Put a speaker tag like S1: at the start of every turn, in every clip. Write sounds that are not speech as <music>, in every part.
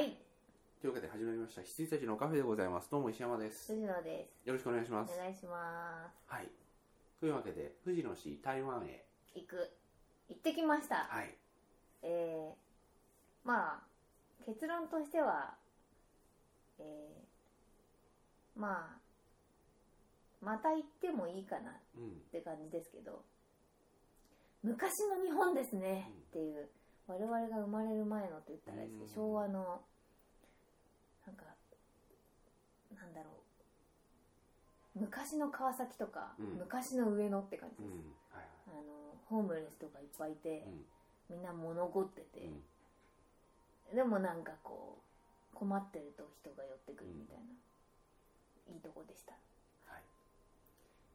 S1: いうわけで始まりました羊たちのカフェでございますどうも石山です
S2: 藤野です。
S1: よろしくお願いし
S2: お
S1: ます
S2: 願いしま
S1: はいというわけで富士の市台湾へ
S2: す。行く。行ってきました。
S1: はい
S2: えー、まあ、結論としては、えー、まあ、また行ってもいいかなっ
S1: うん
S2: て感じですけど、昔の日本ですね
S1: うん
S2: っていう、我々が生まれる前のって言ったらあれですけど、
S1: うん
S2: 昭和の、なんか、なんだろう、昔の川崎とか、
S1: うん
S2: 昔の上野って感じ
S1: う
S2: です。
S1: んはい
S2: あのホームレスとかいっぱいいて、みんな物乞ってて
S1: う、ん
S2: でもなんかこう困ってると人が寄ってくるみたいな、いいとこでした
S1: はい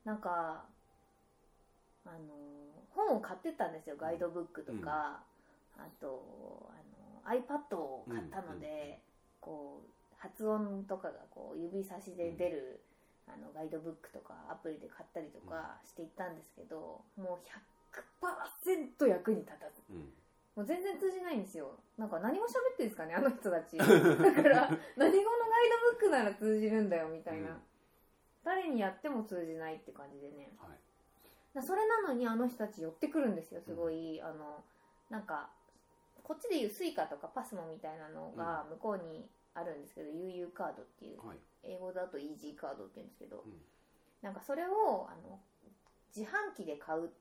S2: なんかあの本を買ってったんですよガイドブックとか、あとあの iPad を買ったので、
S1: うんうん
S2: こう発音とかがこう指差しで出る、あのガイドブックとかアプリで買ったりとかしていったんですけど、もう100%役に立たず
S1: うん
S2: もう全然通じないんですよ。なんか何も喋ってんですかね、あの人た
S1: <laughs>
S2: ち。だから、何語のガイドブックなら通じるんだよ、みたいな。
S1: うん
S2: 誰にやっても通じないって感じでね。
S1: はい
S2: だそれなのにあの人たち寄ってくるんですよ、すごい。あの、なんか、こっちでいうスイカとかパスモみたいなのが向こうにあるんですけど、UU カードっていう、
S1: はい
S2: 英語だとイージーカードって言うんですけど、
S1: うん
S2: なんかそれをあの自販機で買う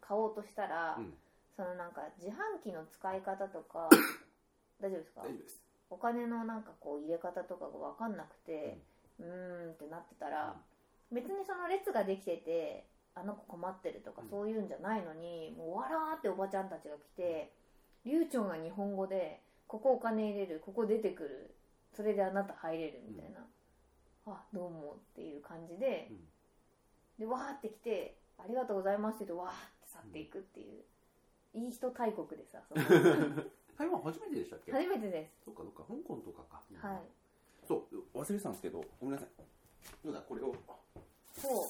S2: 買おうとしたら、
S1: うん
S2: そのなんか自販機の使い方
S1: <coughs>
S2: とか大丈夫ですか
S1: 大丈夫です
S2: お金のなんかこう入れ方とかが分かんなくて、うーんってなってたら、別にその列ができててあの子困ってるとか
S1: うん
S2: そういうんじゃないのに、もうわらーっておばちゃんたちが来て、流暢な日本語でここお金入れるここ出てくるそれであなた入れるみたいな、あどうもっていう感じで、
S1: うん
S2: でわーって来てありがとうございますって言うとわーって去っていくっていう、いい人大国でさ
S1: <laughs>
S2: そこ
S1: 台湾初めてでしたっけ
S2: 初めてです、
S1: そっかそっか香港とかか
S2: はい
S1: そう忘れてたんですけどごめんなさいそうだこれを
S2: そう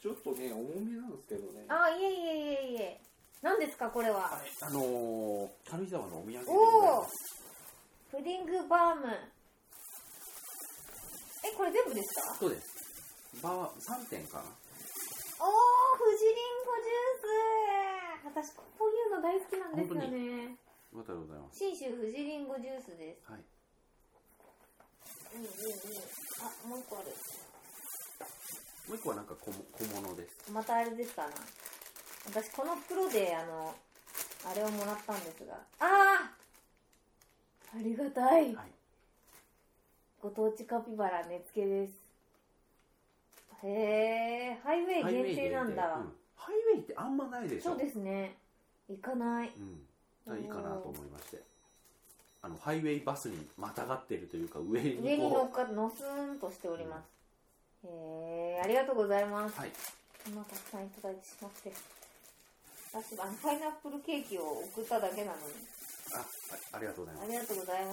S1: ちょっとね重めなんですけどね
S2: あいえいえいえいえ何ですかこれは
S1: あのー、軽井沢のお土産でござい
S2: お
S1: ま
S2: お
S1: す
S2: プディングバームえこれ全部ですか
S1: そうですバー3点かな
S2: おお富士リンゴジュース私こういうの大好きなんです
S1: 本
S2: よ
S1: 当
S2: ね
S1: ありがとうございます
S2: 信州富士リンゴジュースです
S1: はい
S2: うんうんうんあもう一個ある
S1: もう一個はなんか小物小物です
S2: またあれですかな私この袋であのあれをもらったんですがああありがたい
S1: はい
S2: ご当地カピバラ根付けですへえハイウェイ限定なんだ、
S1: ハイウェイ限定うんハイウェイってあんまないでしょ
S2: そうですね行かない
S1: うんだからいいかなと思いましてあのハイウェイバスにまたがってるというか上にこう
S2: 上に乗っかのすーんとしております、へえありがとうございます、
S1: はい
S2: こんなたくさんいただいてしまって私あのパイナップルケーキを送っただけなのに
S1: あはいありがとうございます
S2: ありがとうございます、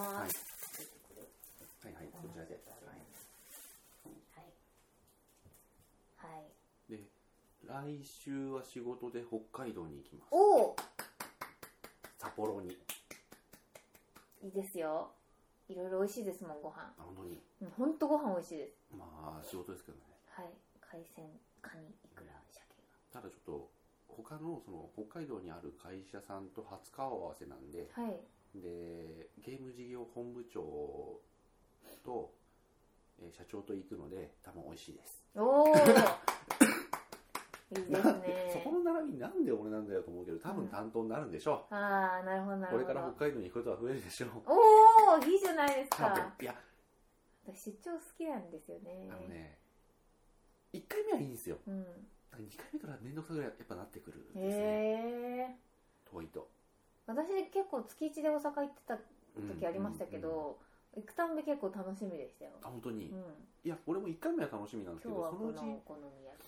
S1: はいはいはいこちらで、はい
S2: はい、はい、
S1: で来週は仕事で北海道に行きます
S2: おお
S1: 札幌に
S2: いいですよいろいろ美味しいですもんご飯
S1: あ本当に
S2: うんほんとご飯美味しいです
S1: まあ仕事ですけどね
S2: はい海鮮カニいくら鮭
S1: ただちょっと他のその北海道にある会社さんと初顔合わせなんで
S2: がはい
S1: でゲーム事業本部長と、えー社長と行くので多分美味しいです <laughs>
S2: おおいいで
S1: な
S2: す
S1: んでそ
S2: ね
S1: この並びなんで俺なんだよと思うけど多分担当になるんでしょ
S2: ああなるほど
S1: う、
S2: な
S1: こ
S2: る
S1: れ
S2: ほ
S1: から
S2: ど
S1: 北海道に行くことは増えるでしょう
S2: おおいいじゃないです
S1: 多分
S2: か
S1: いや
S2: 私出張好きなんですよね
S1: あのね1回目はいいんですよ
S2: うん
S1: 2回目から面倒くさくやっぱなってくるん
S2: へ
S1: ですね、
S2: え
S1: 遠いと、
S2: 私結構月一で大阪行ってた
S1: うん
S2: 時ありましたけど、
S1: うんうん
S2: 行くたんび結構楽しみでしたよ、
S1: あ本当に、
S2: うん
S1: い、や俺も1回目は楽しみなんですけ
S2: 今
S1: ど
S2: 日は
S1: そ
S2: こ
S1: のうち
S2: のお好み焼き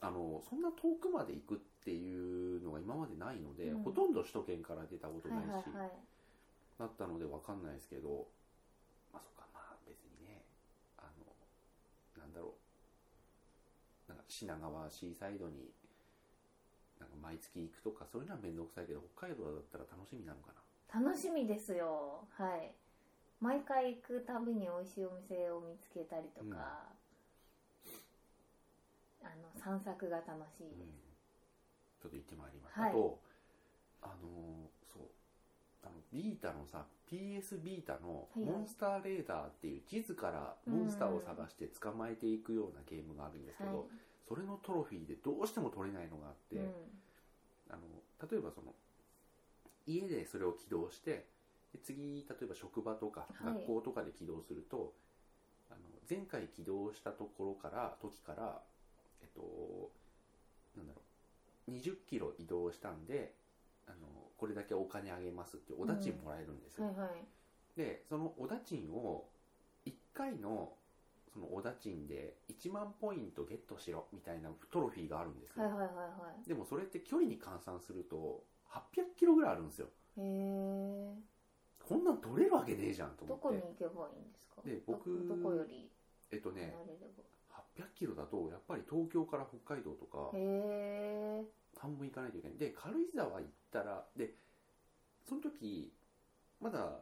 S1: あのそんな遠くまで行くっていうのが今までないので、
S2: うん
S1: ほとんど首都圏から出たこと
S2: は
S1: ないいし、
S2: はいはい
S1: だったので分かんないですけどまあそっかまあ別にねあのなんだろうなんか品川シーサイドになんか毎月行くとかそういうのは面倒くさいけど北海道だったら楽しみなのかな
S2: 楽しみですよはい毎回行くたびに美味しいお店を見つけたりとか、あの散策が楽しいです、
S1: ちょっと行ってまいりました、
S2: はい
S1: あとあのーそうあのビータのさ PS ビータの
S2: いはい
S1: モンスターレーダーっていう地図からモンスターを探して捕まえていくようなゲームがあるんですけど、
S2: はい
S1: それのトロフィーでどうしても取れないのがあって、
S2: うん
S1: あの例えばその家でそれを起動してで次例えば職場とか
S2: はい
S1: 学校とかで起動すると、あの前回起動したところから時からえっとなんだろう20キロ移動したんであのこれだけお金あげますってお駄賃もらえるんですよ、
S2: はいはい
S1: でそのお駄賃を1回のそのお駄賃で1万ポイントゲットしろみたいなトロフィーがあるんですよ、
S2: はいはいはいはい
S1: でもそれって距離に換算すると800キロぐらいあるんですよ
S2: へえ
S1: こんなん取れるわけねえじゃんと
S2: ど
S1: 思
S2: こ
S1: っ
S2: に
S1: て
S2: 行けばいいんですか
S1: で僕
S2: どどこより
S1: えっと
S2: 離
S1: ね
S2: れれば、
S1: 800キロだとやっぱり東京から北海道とか
S2: へえ
S1: 半分行かないといけないで軽井沢行ったらでその時まだ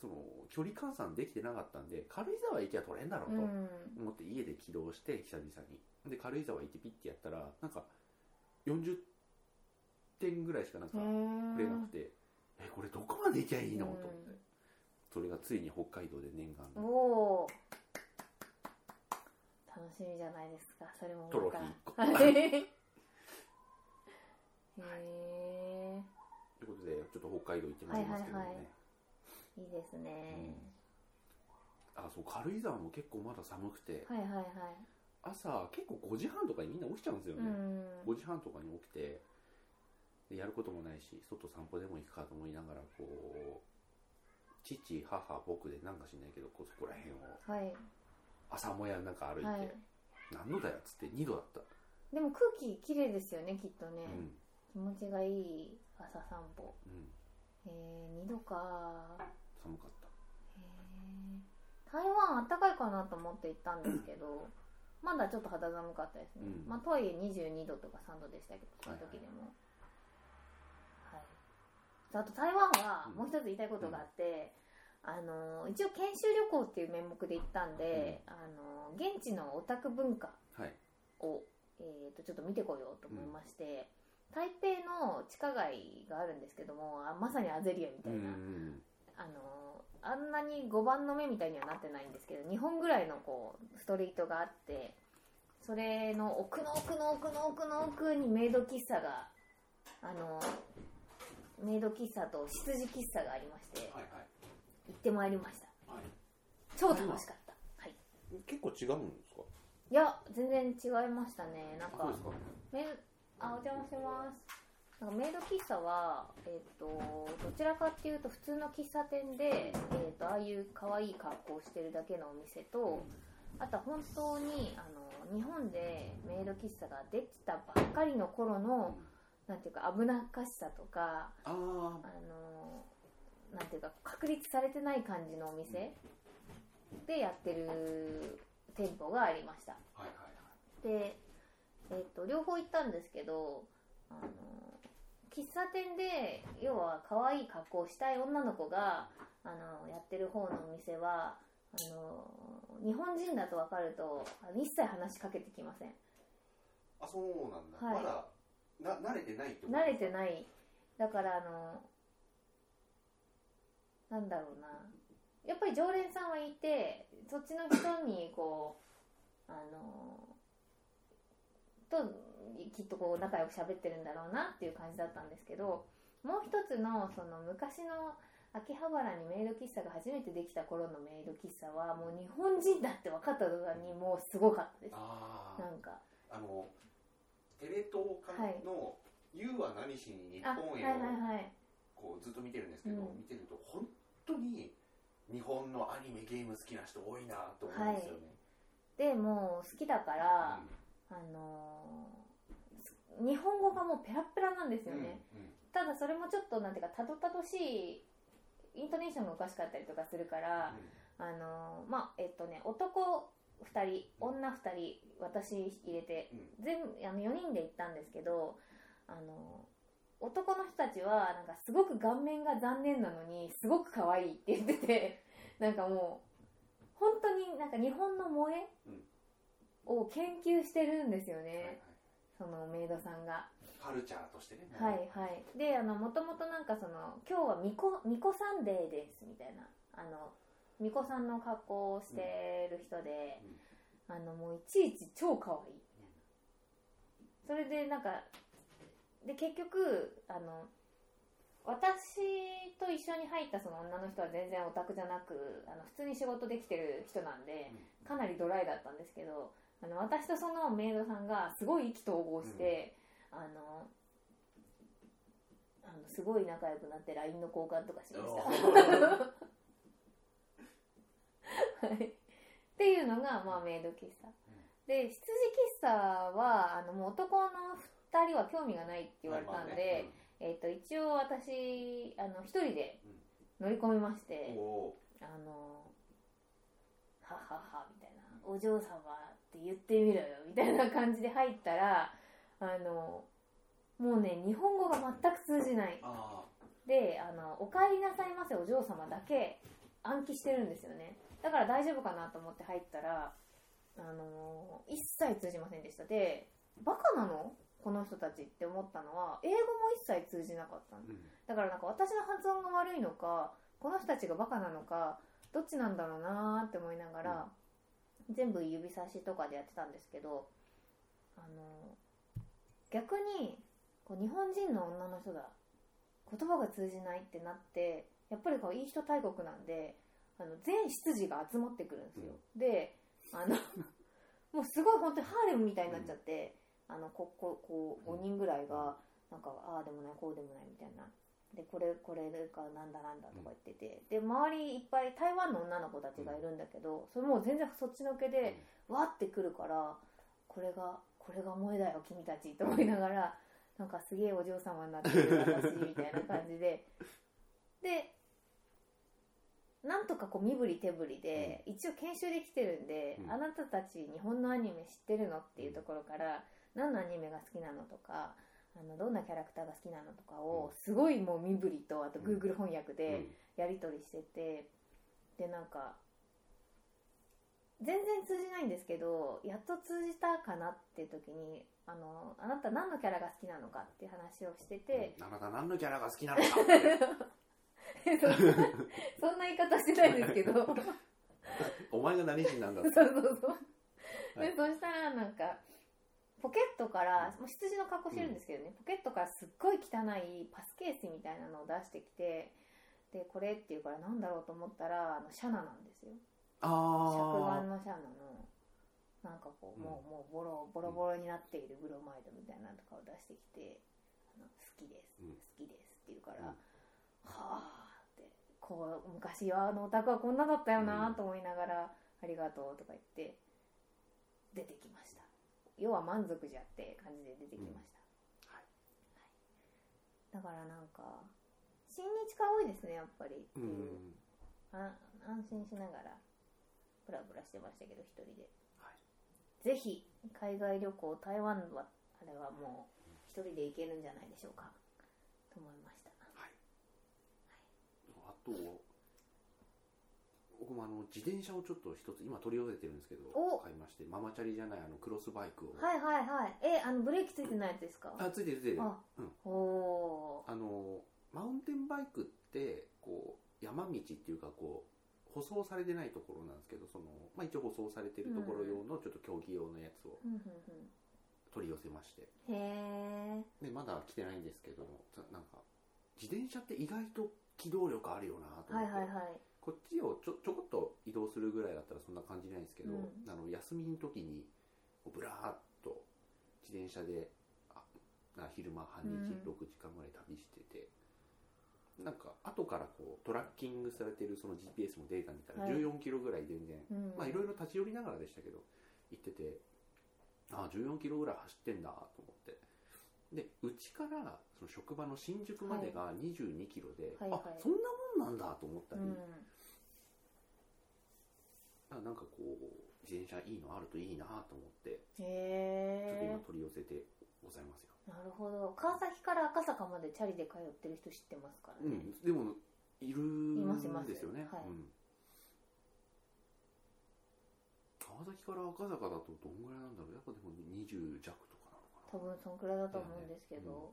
S1: その距離換算できてなかったんで軽井沢行きゃ取れんだろう
S2: う
S1: と
S2: ん
S1: 思って家で起動して久々にで軽井沢行ってピッてやったらなんか40点ぐらいしかなんか触れなく
S2: へ
S1: てえこれどこまで行きゃいいのと思って
S2: うん
S1: それがついに北海道で念願
S2: え
S1: の
S2: おお楽しみじゃないですかそれもまた
S1: トロフィー1個 <laughs>
S2: はいへえ
S1: ということでちょっと北海道行ってまいりますけどね、
S2: はいはいいいですね、
S1: あそう軽井沢も結構まだ寒くて、
S2: はいはいはい
S1: 朝結構5時半とかにみんな起きちゃうんですよ
S2: う
S1: ね、
S2: ん
S1: 5時半とかに起きてでやることもないし外散歩でも行くかと思いながらこう父母僕でなんかしないけどこうそこら辺を
S2: はい
S1: 朝もやなんか歩いて、
S2: はい
S1: 何度だよっつって2度だった、
S2: でも空気綺麗ですよねきっとね、
S1: うん
S2: 気持ちがいい朝散歩
S1: うん
S2: えー、2度か
S1: 寒かった
S2: へー台湾あったかいかなと思って行ったんですけどまだちょっと肌寒かったですね、
S1: うん
S2: まあ、とはいえ22度とか3度でしたけどその時でも、はいあと台湾はもう一つ言いたいことがあって、あの一応研修旅行っていう名目で行ったんで、あの現地のオタク文化
S1: はい
S2: を、えー、とちょっと見てこようと思いまして、台北の地下街があるんですけどもあまさにアゼリアみた
S1: う
S2: い
S1: ん
S2: な、あのあんなに5番の目みたいにはなってないんですけど2本ぐらいのこうストリートがあってそれの奥の奥の奥の奥の奥にメイド喫茶があのメイド喫茶と羊喫茶がありまして
S1: はい
S2: 行ってまいりました
S1: はい、はい
S2: 超楽しかった、はい、
S1: 結構違うんですか
S2: いや全然違いましたねなん
S1: そう
S2: か
S1: ですか
S2: メイあお邪魔しますなんかメイド喫茶は、えっとどちらかっていうと普通の喫茶店で、えっとああいう可愛い格好をしてるだけのお店とあとは本当にあの日本でメイド喫茶ができたばっかりの頃のなんていうか危なっかしさとか
S1: ああ
S2: あのなんていうか確立されてない感じのお店でやってる店舗がありました
S1: はいはい
S2: で、えっと両方行ったんですけどあの喫茶店で要は可愛い格好をしたい女の子があのやってる方のお店はあの日本人だと分かるとあの一切話しかけてきません
S1: あそうなんだ、
S2: はい
S1: まだな慣れてないってこと
S2: 慣れてないだからあのなんだろうなやっぱり常連さんはいてそっちの人にこうあのときっとこう仲良く喋ってるんだろうなっていう感じだったんですけどもう一つのその昔の秋葉原にメイド喫茶が初めてできた頃のメイド喫茶はもう日本人だって分かった途端にもうすごかったです
S1: あ
S2: なんか
S1: ああのテレ東かの「YOU は何しに日
S2: あはいはいはい
S1: こうずっと見てるんですけど、
S2: うん
S1: 見てると本当に日本のアニメゲーム好きな人多いなと思うんですよね、
S2: でもう好きだから、あのー日本語がもうペラッペラなんです
S1: うん
S2: よね、
S1: うん
S2: ただそれもちょっとなんていうかたどたどしいイントネーションがおかしかったりとかするから、あのーまあえっとね男2人女2人私入れて
S1: うんうん
S2: 全あの4人で行ったんですけどあの男の人たちはなんかすごく顔面が残念なのにすごく可愛いって言ってて <laughs> なんかもう本当になんか日本の萌え
S1: うん
S2: を研究してるんですよね、
S1: はいはい
S2: そのメイドさんが。
S1: カルチャーとしてね
S2: はいはい、であのもともとなんかその「今日は巫女巫女サンデーです」みたいなあの巫女さんの格好をしてる人で、あのもういちいち超可愛いそれでなんかで結局あの私と一緒に入ったその女の人は全然オタクじゃなくあの普通に仕事できてる人なんで
S1: うん
S2: かなりドライだったんですけどあの私とそのメイドさんがすごい意気投合して、あのあのすごい仲良くなって LINE の交換とかしました。はいっていうのが、まあ、メイド喫茶、で羊喫茶はあのもう男の2人は興味がないって言われたんで、えっと一応私あの1人で乗り込みまして、
S1: おお
S2: あの「ははは」みたいな「お嬢様って言ってみろよ」みたいな感じで入ったらあのもうね日本語が全く通じない
S1: あ
S2: であの「お帰りなさいませお嬢様」だけ暗記してるんですよねだから大丈夫かなと思って入ったらあの一切通じませんでしたでバカなのこの人たちって思ったのは英語も一切通じなかったんです
S1: ーうん
S2: だからなんか私の発音が悪いのかこの人たちがバカなのかどっちなんだろうなーって思いながら、全部指差しとかでやってたんですけどあの逆にこう日本人の女の人だ言葉が通じないってなってやっぱりこういい人大国なんであの全執事が集まってくるんですよ、であのもうすごい本当にハーレムみたいになっちゃって、あのこここう5人ぐらいがなんかああでもないこうでもないみたいなでこれこれがなんだなんだとか言ってて、で周りいっぱい台湾の女の子たちがいるんだけど、それもう全然そっちのけで、わーってくるからこれがこれが萌えだよ君たちと思いながらなんかすげえお嬢様になってる私みたいな感じででなんとかこう身振り手振りで、一応研修できてるんで、
S1: うん
S2: あなたたち日本のアニメ知ってるのっていうところから、何のアニメが好きなのとかあのどんなキャラクターが好きなのとかをすごいもう身振りとあと
S1: うん
S2: Google 翻訳
S1: うん
S2: でやり取りしてて、でなんか全然通じないんですけどやっと通じたかなっていう時にあのあなた何のキャラが好きなのかっていう話をして
S1: <laughs>
S2: て、
S1: あなた何のキャラが好きなのか
S2: <laughs>
S1: って
S2: そんなそんな言い方してないんですけどそう
S1: お前が何人なんだって
S2: そうそう。
S1: は
S2: で
S1: い
S2: そしたらなんかポケットからもう羊の格好してるんですけどね、ポケットからすっごい汚いパスケースみたいなのを出してきてでこれっていうからなんだろうと思ったらあのシャナなんですよ着
S1: あ
S2: 眼のシャナのなんかこう、もうもうボロボロボロになっているブロマイドみたいなのとかを出してきて「あの好きです、
S1: うん
S2: 好きです」って言うから
S1: うん
S2: 「はあ」ってこう昔はあのお宅はこんなだったよ
S1: う
S2: なんと思いながら「ありがとう」とか言って出てきました要は満足じゃって感じで出てきました、
S1: うんはい
S2: だからなんか親日家多いですねやっぱりって
S1: ーう
S2: い
S1: ん
S2: う、あ安心しながらブラブラしてましたけど一人で、
S1: は
S2: ぜひ海外旅行台湾はあれはもう一人で行けるんじゃないでしょうかと思いました
S1: はいあと僕もあの自転車をちょっと一つ今取り寄せてるんですけど
S2: お
S1: 買いましてママチャリじゃないあのクロスバイクを、
S2: はいはいはいえあのブレーキついてないやつですか
S1: あついてるついてる
S2: あ
S1: うん
S2: おお
S1: あのマウンテンバイクってこう山道っていうかこう舗装されてないところなんですけどその、まあ、一応舗装されてるところ用のちょっと競技用のやつを
S2: ーふんふんふ
S1: 取り寄せまして、
S2: んへえ
S1: でまだ来てないんですけどたなんか自転車って意外と機動力あるよなと
S2: は
S1: 思っ
S2: い
S1: て、
S2: はいはい
S1: こっちをちょちょこっと移動するぐらいだったらそんな感じないんですけど、
S2: うん
S1: あの休みの時にこうぶらーっと自転車であな昼間半日
S2: うん
S1: 6時間ぐらい旅してて、なんか後からこうトラッキングされてるその GPS もデータ見たら
S2: はい
S1: 14キロぐらい全然、
S2: うん
S1: まあいろいろ立ち寄りながらでしたけど行っててああ14キロぐらい走ってんだと思ってでうちからその職場の新宿までが22キロで、
S2: はいはい
S1: あそんなもんなんだと思った
S2: う
S1: り、
S2: ん
S1: あなんかこう自転車いいのあるといいなと思って
S2: へ
S1: ちょっと今取
S2: え
S1: り寄せてございますよ、
S2: なるほど川崎から赤坂までチャリで通ってる人知ってますから
S1: う
S2: ね、
S1: ん、でもいる
S2: いますいま
S1: ん
S2: す
S1: ですよね
S2: はい
S1: うん崎から赤坂だとどんぐらいなんだろうやっぱでも20弱とかなのかな
S2: 多分そんくらいだと思うんですけど、
S1: だよね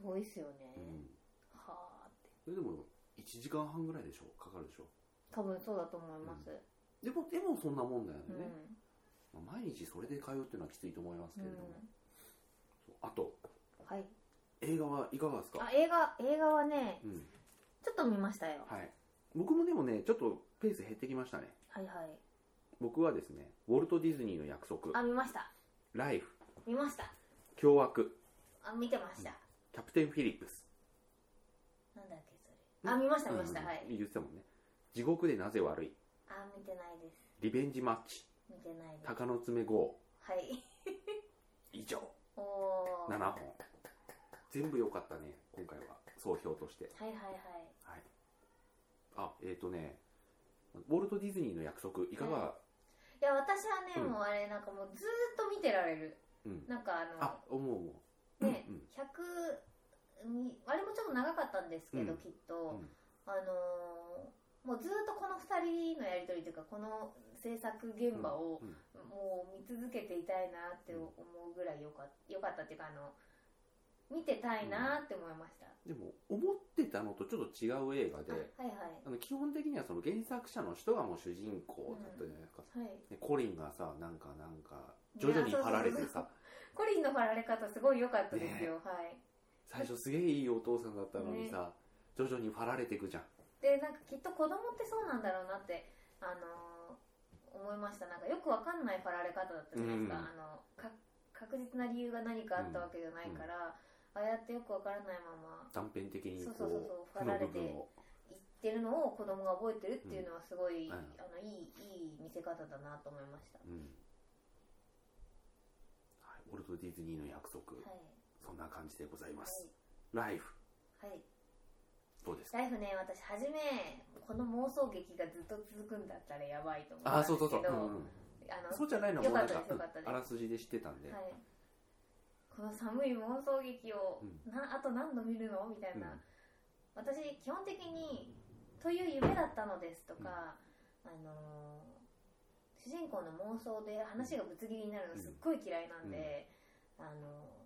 S2: すごいっすよね、
S1: うん
S2: はあって
S1: それでも1時間半ぐらいでしょかかるでしょ
S2: 多分そうだと思います、
S1: でもでもそんなもんだよね
S2: うん、
S1: まあ毎日それで通うっていうのはきついと思いますけれども、
S2: う
S1: そうあと
S2: んはい
S1: 映画はいかがですか
S2: あ映画映画はね
S1: うん
S2: ちょっと見ましたよ、
S1: はい僕もでもねちょっとペース減ってきましたね
S2: はい、はい
S1: 僕はですねウォルト・ディズニーの約束
S2: あ見ました
S1: 「ライフ
S2: 見ました
S1: 凶悪
S2: あ見てました、
S1: キャプテン・フィリップス
S2: なんだっけそれあ見まし」た見ました、
S1: うん
S2: はい
S1: 言ってたもんね「地獄でなぜ悪い」
S2: あ見てないです
S1: 「リベンジマッチ」
S2: 見てない
S1: 「
S2: です
S1: 鷹の爪号
S2: はい」 <laughs>
S1: 以上
S2: おお
S1: 7本全部良かったね今回は総評として
S2: はいはいはい
S1: はいあえっ、ー、とねウォルト・ディズニーの約束いかが、
S2: いや私はね、
S1: うん
S2: もうあれなんかもうずーっと見てられる
S1: うん、
S2: なんかあの
S1: あ思う思う
S2: ね、
S1: うん
S2: 100にあれもちょっと長かったんですけど、
S1: うん
S2: きっ
S1: う
S2: と、
S1: ん
S2: あのーもうずっとこの2人のやり取りというかこの制作現場
S1: う
S2: を
S1: ん
S2: もう見続けていたいなって思うぐらいよかよかったっていうかあの見てたいなって思いました、
S1: でも思ってたのとちょっと違う映画で
S2: あはいはい
S1: あの基本的にはその原作者の人がもう主人公だったじゃないですか、
S2: はい
S1: でコリンがさなんかなんか徐々に張られて
S2: いや
S1: さ
S2: そうそうコリンの貼られ方すごい良かったですよ、はい
S1: 最初すげえいいお父さんだったのにさ、徐々に張られていくじゃん
S2: でなんかきっと子供ってそうなんだろうなって、あのー思いましたなんかよくわかんないパられ方だったじゃないです
S1: うん
S2: か,、あのか確実な理由が何かあったわけじゃないから、ああやってよくわからないまま
S1: 断片的に
S2: そうそう
S1: こう
S2: そ
S1: 負
S2: うそう張
S1: の
S2: られ
S1: 部
S2: て
S1: 分を
S2: 言ってるのを子供が覚えてるっていうのはすごい、
S1: うん
S2: あのいいいい見せ方だなと思いました、
S1: うんはい、ウォルト・ディズニーの約束、
S2: はい
S1: そんな感じでございます、ライフ
S2: はい、はい、
S1: どうですか
S2: ライフね私初めこの妄想劇がずっと続くんだったらやばいと思っ
S1: あ
S2: たんです
S1: そうそう
S2: けど
S1: そう、うんうん、
S2: あの
S1: そうじゃないのも
S2: よ
S1: うなん
S2: かった
S1: か
S2: ですよかったで
S1: あ
S2: す
S1: らすじで知ってたんで、
S2: はい、この寒い妄想劇を、
S1: う
S2: なあと何度見るのみたいな、私基本的に「という夢だったのです」とか、あのー主人公の妄想で話がぶつ切りになるのすっごい嫌いなんで、あのー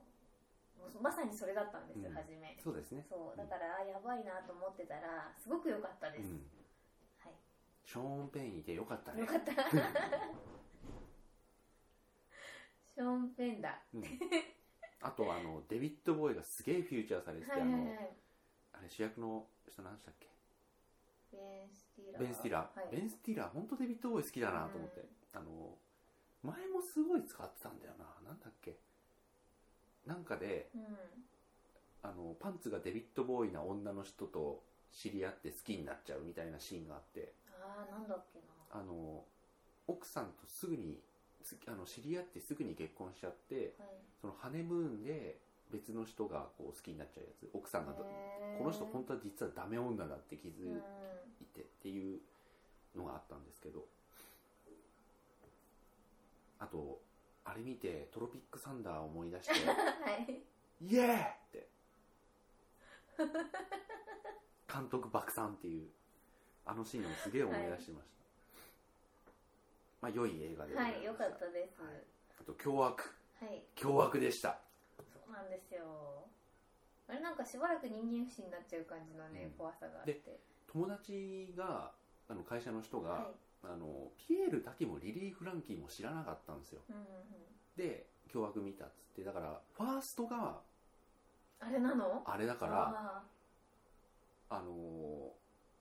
S2: もうまさにそれだったんですよ、
S1: うん
S2: 初め
S1: そうですね、
S2: そうだから、あやばいなと思ってたらすごく良かった
S1: う
S2: です、
S1: ん、
S2: は
S1: ショーン・ペンいてよかった
S2: い、
S1: ね
S2: よかった
S1: <laughs>
S2: ショーン・ペンだ
S1: うんあとあのデビッド・ボーイがすげえフューチャーされてて、
S2: はいはいは
S1: あの
S2: い
S1: あれ主役の人なんでしたっけ
S2: ベン・スティーラー
S1: ベン・スティラー、
S2: はい、
S1: ベン・スティラー本当デビッド・ボーイ好きだなと思って、
S2: うん
S1: あの前もすごい使ってたんだよななんだっけなんかで
S2: うん、
S1: あのパンツがデビッド・ボーイな女の人と知り合って好きになっちゃうみたいなシーンがあって
S2: ああなんだっけな
S1: あの奥さんとすぐにつあの知り合ってすぐに結婚しちゃって
S2: はい
S1: そのハネムーンで別の人がこう好きになっちゃうやつ奥さんがとこの人本当は実はダメ女だって気づ
S2: うん <laughs>
S1: いてっていうのがあったんですけどあとあれ見てトロピックサンダーを思い
S2: <laughs>
S1: 出して
S2: はい
S1: イエーって監督爆散っていうあのシーンをすげえ思い出してました、まあ良い映画でござ
S2: はい
S1: まし
S2: いよかったです
S1: はいあと凶悪
S2: はい、
S1: 凶悪でした
S2: そうなんですよあれなんかしばらく人間不信になっちゃう感じのね、
S1: うん
S2: 怖さがあって
S1: 友達があの会社の人が、
S2: は
S1: あのピエール滝もリリー・フランキーも知らなかったんですよ
S2: い、うんうんうん、
S1: で凶悪見たっつってだからファーストが
S2: あれなの
S1: あれだからあ
S2: あ
S1: のー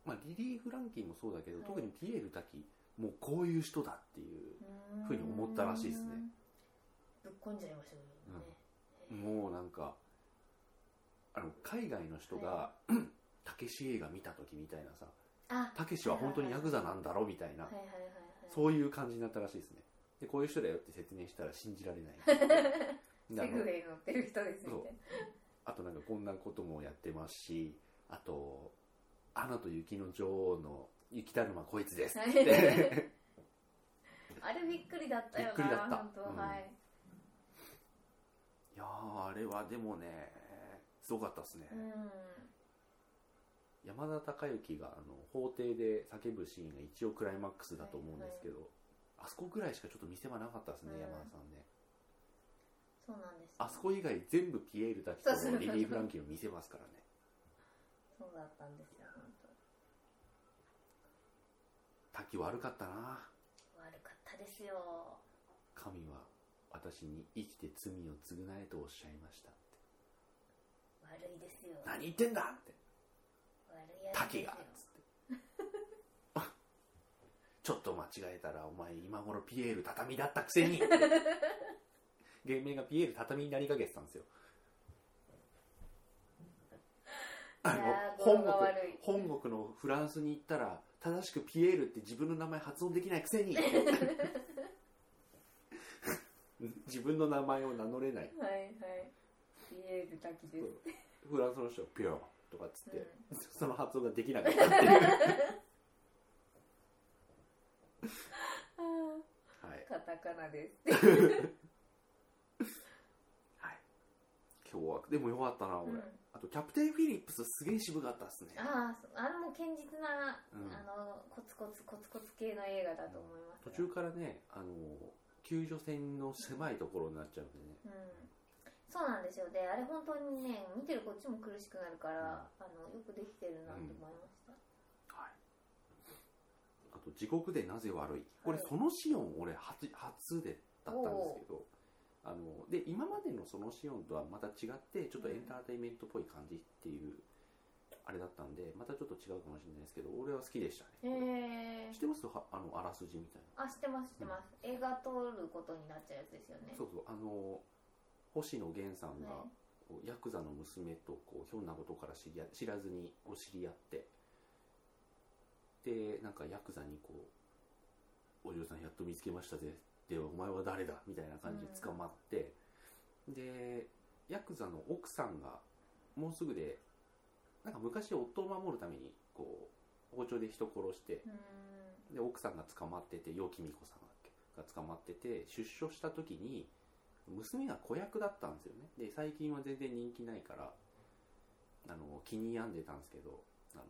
S1: まあ、リリー・フランキーもそうだけど、
S2: はい
S1: 特にピエール滝もうこういう人だっていう
S2: ーうーん
S1: ふうに思ったらしいですね
S2: ぶっこんじゃいましたよね、
S1: もうなんかあの海外の人が
S2: は
S1: 「 <clears throat> たけし映画見た時」みたいなさ
S2: あ
S1: 「たけしは本当にヤクザなんだろ」みたいな、
S2: はいはいはいはい
S1: そういう感じになったらしいですねでこういう人だよって説明したら信じられ
S2: <laughs>
S1: ないであ
S2: セグ
S1: の
S2: ウェイ乗ってる人ですみたい
S1: そうあとなんかこんなこともやってますしあと「アナと雪の女王」の「雪だるまこいつ <laughs> です」
S2: はい
S1: って
S2: なあれびっくりだったよな
S1: びっくりだった
S2: 本当、
S1: うん
S2: はい
S1: いやーあれはでもねすごかったですね、
S2: うん
S1: 山田孝之があの法廷で叫ぶシーンが一応クライマックスだと思うんですけど、あそこぐらいしかちょっと見せ場なかったですね、
S2: うん
S1: 山田さんね
S2: そうなんです、
S1: あそこ以外全部ピエールだけと
S2: そうそう
S1: リリー・フランキーを見せますからね
S2: そうだったんですよ本当
S1: 滝悪かったな
S2: 悪かったですよ
S1: 神は私に生きて罪を償えとおっしゃいましたって
S2: 悪いですよ悪
S1: 何言ってんだって
S2: いやつです
S1: 滝
S2: よ
S1: がっつって <laughs> ちょっと間違えたらお前今頃ピエール畳だったくせに芸名がピエール畳になりかけてたんですよあ
S2: い
S1: の
S2: やー
S1: 本
S2: 語呂が
S1: 国
S2: 悪い
S1: 本国のフランスに行ったら正しくピエールって自分の名前発音できないくせに <laughs> 自分の名前を名乗れない
S2: はいはいピエール滝です、
S1: フランスの人がピョーとかっつって、
S2: うん
S1: その発音ができなかったって
S2: <laughs>
S1: いうはい
S2: あーカタカナです
S1: はい、今日はでもよかったな俺、
S2: うん
S1: あとキャプテン・フィリップスすげえ渋かったっすね
S2: あああのもう堅実な、
S1: うん
S2: あのコツコツコツコツ系の映画だと思います
S1: 途
S2: よ
S1: 中からねあの救助船の狭いところになっちゃうんでね
S2: うんそうなんですよであれ本当にね見てるこっちも苦しくなるから、あのよくできてるなと思いました、
S1: はい、あと「地獄でなぜ悪い」これ
S2: はい
S1: そのシオン俺初初でだったんですけどあので今までのそのシオンとはまた違ってちょっとエンターテインメントっぽい感じっていうあれだったんでまたちょっと違うかもしれないですけど俺は好きでしたね、
S2: へえ
S1: 知ってますはあのあらすじみたい
S2: あ知ってます知ってます、映画撮ることになっちゃうやつですよね
S1: なそうそうあの星野源さんが
S2: は
S1: こうヤクザの娘とこうひょんなことから知り合知らずにこう知り合ってでなんかヤクザにこう「お嬢さんやっと見つけましたぜ」で「お前は誰だ?」みたいな感じで捕まって、でヤクザの奥さんがもうすぐでなんか昔夫を守るためにこう包丁で人殺して
S2: い、うーん
S1: で奥さんが捕まってて楊貴美子さんだっけが捕まってて出所した時に娘が子役だったんですよねで最近は全然人気ないからあの気に病んでたんですけどあの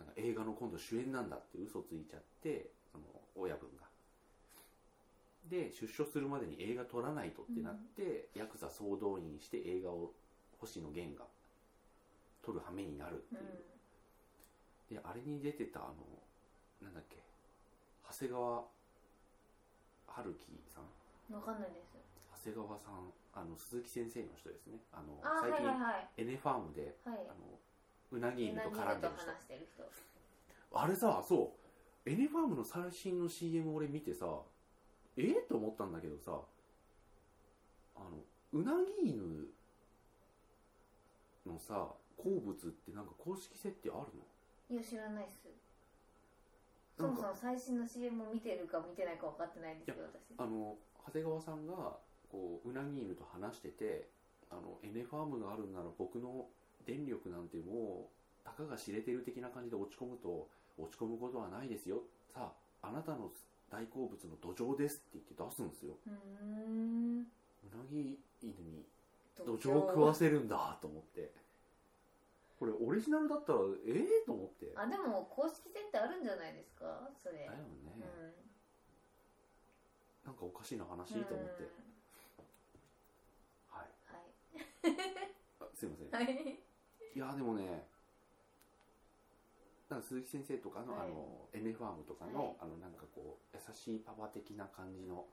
S1: なんか映画の今度主演なんだって嘘ついちゃってその親分がで出所するまでに映画撮らないとってなって、ヤクザ総動員して映画を星野源が撮る羽目になるってい
S2: うん
S1: う、であれに出てたあのなんだっけ長谷川春樹さん
S2: わかんないです
S1: 長谷川さんあの鈴木先生の人ですねあの
S2: あ
S1: 最
S2: ーはい
S1: 近、
S2: はい
S1: エネファームで
S2: はいは
S1: あ
S2: い
S1: のうなぎ
S2: う
S1: 犬
S2: な
S1: と
S2: ぎ
S1: 絡ん
S2: 犬
S1: で
S2: と
S1: る人
S2: 話してる人
S1: あれさそうエネファームの最新の CM 俺見てさえー、と思ったんだけどさあのうなぎ犬のさ好物ってなんか公式設定あるの
S2: いや知らないっすそ
S1: な
S2: も
S1: ん
S2: そ
S1: か
S2: も最新の CM を見てるか見てないか分かってないんですよ私
S1: あの長谷川さんがこううなぎ犬と話しててあのエネファームがあるんなら僕の電力なんてもうたかが知れてる的な感じで落ち込むと落ち込むことはないですよさああなたの大好物の土壌ですって言って出すんですよ
S2: うーん
S1: うなぎ犬に
S2: 土
S1: 土壌を食わせるんだと思ってこれオリジナルだったらええと思ってだよ
S2: あでも公式設定あるんじゃないですかそれ、
S1: ね、
S2: う
S1: なんかおかしいな話
S2: ん
S1: と思って、
S2: う
S1: はい
S2: ん
S1: あすいません
S2: はいはい
S1: いやでもねなんか鈴木先生とかの,、
S2: はい
S1: あの N ファームとかの,、あ
S2: はい
S1: のなんかこう優しいパパ的な感じの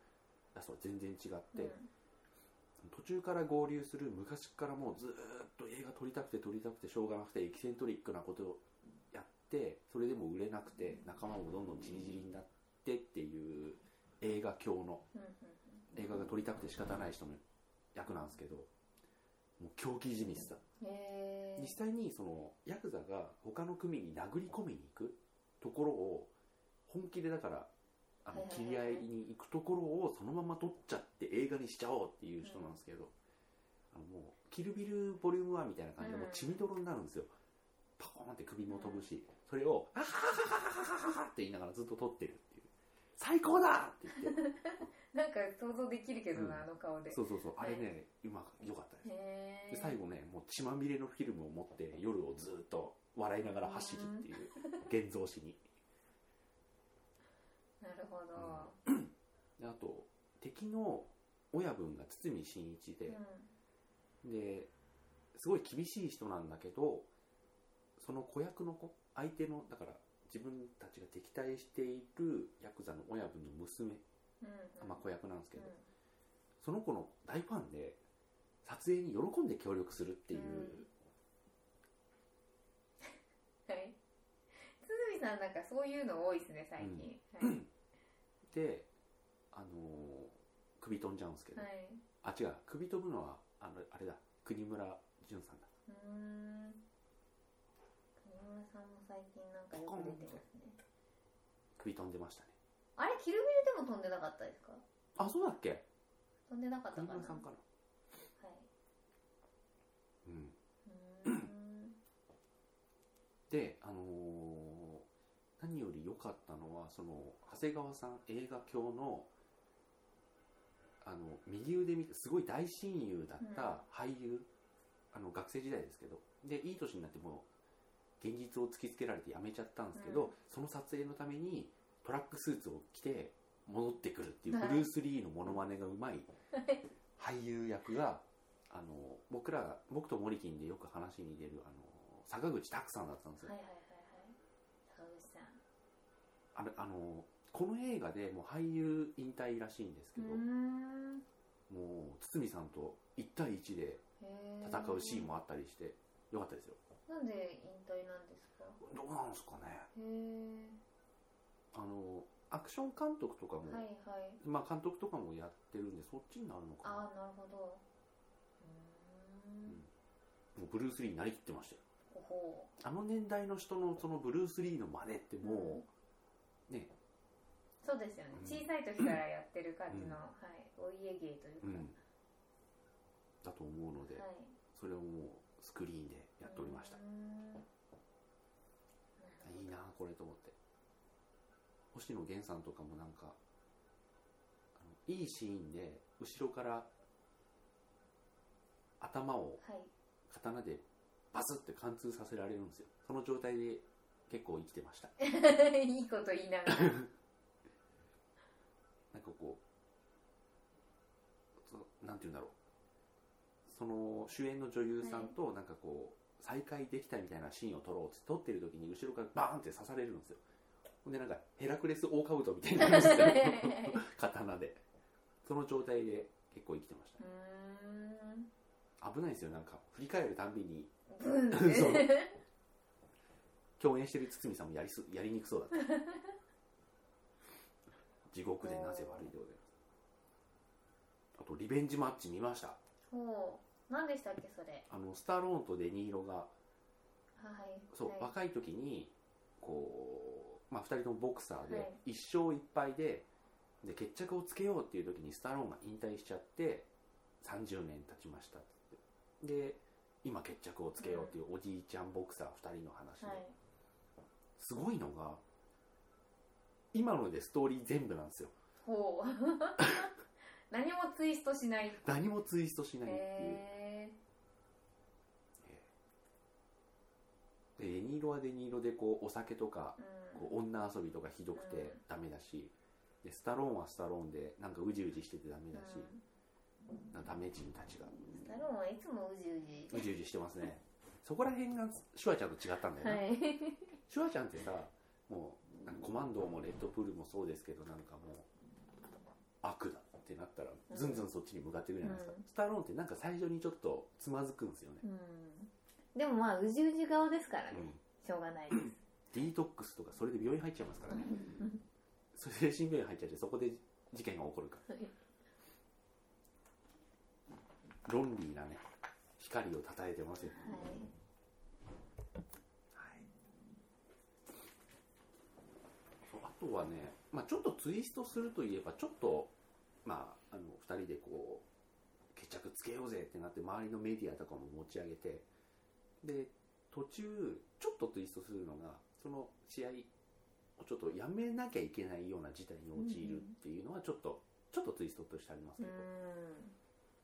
S1: やつとは全然違って、
S2: うん
S1: 途中から合流する昔からもうずーっと映画撮りたくて撮りたくてしょうがなくてエキセントリックなことをやってそれでも売れなくて仲間もどんどんちりぢりになってっていう映画教の
S2: うんうん
S1: 映画が撮りたくて仕方ない人の役なんですけどもう狂気じみした
S2: うんへえ
S1: 実際にそのヤクザが他の組に殴り込みに行くところを本気でだからあの
S2: はいはい
S1: 切り合いに行くところをそのまま撮っちゃって映画にしちゃおうっていう人なんですけど、あのもう「キルビルボリューム1」みたいな感じでもう血みどろになるんですよ、パコーンって首も飛ぶしそれを「あははははははは」って言いながらずっと撮ってるっていう「最高だ!」って言 <laughs> って
S2: なんか想像できるけどな、
S1: うん
S2: あの顔でへ
S1: そうそうそうあれね今良かったです
S2: え
S1: で最後ねもう血まみれのフィルムを持って夜をずっと笑いながら走るっていう現像しに
S2: なるるほど、
S1: であと敵の親分が堤真一
S2: うん
S1: で、ですごい厳しい人なんだけどその子役の子相手のだから自分たちが敵対しているヤクザの親分の娘、
S2: うん
S1: まあ、子役なんですけ
S2: うん
S1: ど、その子の大ファンで撮影に喜んで協力するっていう、
S2: うんはい堤さんなんかそういうの多いですね最近、はい
S1: であのー首飛んじゃうんですけど、
S2: はい
S1: あ違う首飛ぶのはあのあれだ国村淳さんだ
S2: うーん国村さんも最近なんかよく出てますね
S1: 首飛んでましたね
S2: あれキルビルでも飛んでなかったですか
S1: あそうだっけ
S2: 飛んでなかった
S1: 国
S2: かな
S1: 村さんかな
S2: はい
S1: うん
S2: うーん
S1: で、あのー何より良かったのはその長谷川さん映画教のあの右腕見てすごい大親友だった俳優、あの学生時代ですけどでいい年になってもう現実を突きつけられて辞めちゃったんですけど、
S2: うん
S1: その撮影のためにトラックスーツを着て戻ってくるっていう
S2: はい
S1: ブルース・リーのモノマネがうまい俳優役があの僕ら僕とモリキンでよく話に出るあの坂口拓さんだったんですよ
S2: はいはいはいはい坂口さん
S1: あのあのこの映画でもう俳優引退らしいんですけ
S2: う
S1: ど、
S2: ーん
S1: もう堤さんと1対1で
S2: へー
S1: 戦うシーンもあったりしてよかったですよ
S2: なんで引退なんですか
S1: どうなんですかね
S2: へえ
S1: あのアクション監督とかも、
S2: はいはい
S1: まあ監督とかもやってるんでそっちになるのかな
S2: ああなるほどうーん
S1: もうブルース・リーになりきってましたよ
S2: ほほう
S1: あの年代の人のそのブルース・リーの真似ってもう、ね
S2: そうですよね
S1: うん
S2: 小さい時からやってる感じの、
S1: うん
S2: はいお家芸とい
S1: う
S2: うか、
S1: んだと思うので、
S2: はい
S1: それをもうスクリーンでやっておりました
S2: うーんなるほ
S1: いいなあこれ
S2: ど
S1: と思って星野源さんとかもなんかあのいいシーンで後ろから頭を
S2: はい
S1: 刀でバスって貫通させられるんですよその状態で結構生きてました
S2: い <laughs> いこと言いな
S1: <laughs>
S2: がら。はい。
S1: なんかこうそなんて言うんだろうその主演の女優さんとなんかこう再会できたみたいなシーンを撮ろうって撮ってる時に後ろからバーンって刺されるんですよほんでなんかヘラクレスオオカブトみたいになるんですよ
S2: <laughs>
S1: 刀でその状態で結構生きてまし
S2: うー
S1: た危ないですよなんか振り返るたんびに
S2: ん。ブンって。
S1: <laughs> そう
S2: はい。
S1: 共演してる堤さんもやりすやりにくそうだった <laughs> 地獄でなぜ悪いでございますあとリベンジマッチ見ました
S2: ほう。何でしたっけ、それ。
S1: あのスタローンとデニーロが
S2: はい。
S1: そう、
S2: はい、
S1: 若い時にこう、まあ、2人ともボクサー
S2: はい
S1: で一勝一敗でで決着をつけようっていう時にスタローンが引退しちゃって30年経ちましたってで今決着をつけようっていうおじいちゃんボクサー2人の話で、
S2: はい。
S1: すごいのが今のでストーリー全部なんですよ
S2: ほう。 <laughs> 何もツイストしない。
S1: 何もツイストしないっていう、
S2: へ
S1: でデニーロはデニーロでこうお酒とか
S2: ーうん。
S1: こう女遊びとかひどく
S2: うん
S1: てダメだし、でスタローンはスタローンでなんかうじうじしててダメだし、なんかダメ人たちが
S2: うんスタローンはいつもうじうじ。
S1: うじうじしてますねそこら辺がシュワちゃんと違ったんだよ
S2: は
S1: ね、
S2: い。
S1: シュワちゃんってさもうなんかコマンドーもレッドプールもそうですけどなんかもう悪だってなったらずんずんそっちに向かっていくじゃないですか、
S2: うん
S1: スタローンってなんか最初にちょっとつまずくんですよね、
S2: うん。でもまあ、うじうじ顔ですからね
S1: う。ん
S2: しょうがないです。
S1: ディトックスとかそれで病院入っちゃいますからねそれで精神病院入っちゃってそこで事件が起こるから
S2: はい
S1: ロンリーなね光をたたえてますよ、そうあとはね、まあ、ちょっとツイストするといえばちょっと、まあ、あの2人でこう決着つけようぜってなって周りのメディアとかも持ち上げてで途中ちょっとツイストするのがその試合をちょっとやめなきゃいけないような事態に陥るっていうのはちょっと、ちょっとツイストとしてあります
S2: う
S1: けど、
S2: ん。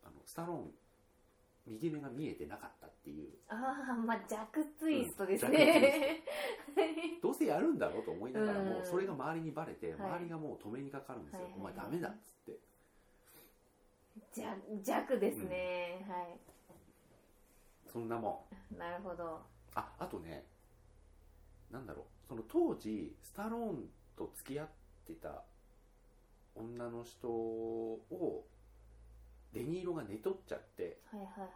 S1: あのスタローン右目が見えてなかったっていう
S2: ああまあ弱ツイストです
S1: うん弱ツイ
S2: ね、
S1: どうせやるんだろうと思いながらも
S2: うん
S1: それが周りにバレて
S2: はい
S1: 周りがもう止めにかかるんですよ
S2: はい
S1: 「お
S2: はいは
S1: 前
S2: い
S1: ダメだ」っつって
S2: じゃ <laughs> 弱ですね、は
S1: そんなもん
S2: いなるほど
S1: ああとねなんだろうその当時スタローンと付き合ってた女の人をデニーロが寝取っちゃって
S2: はいはいはい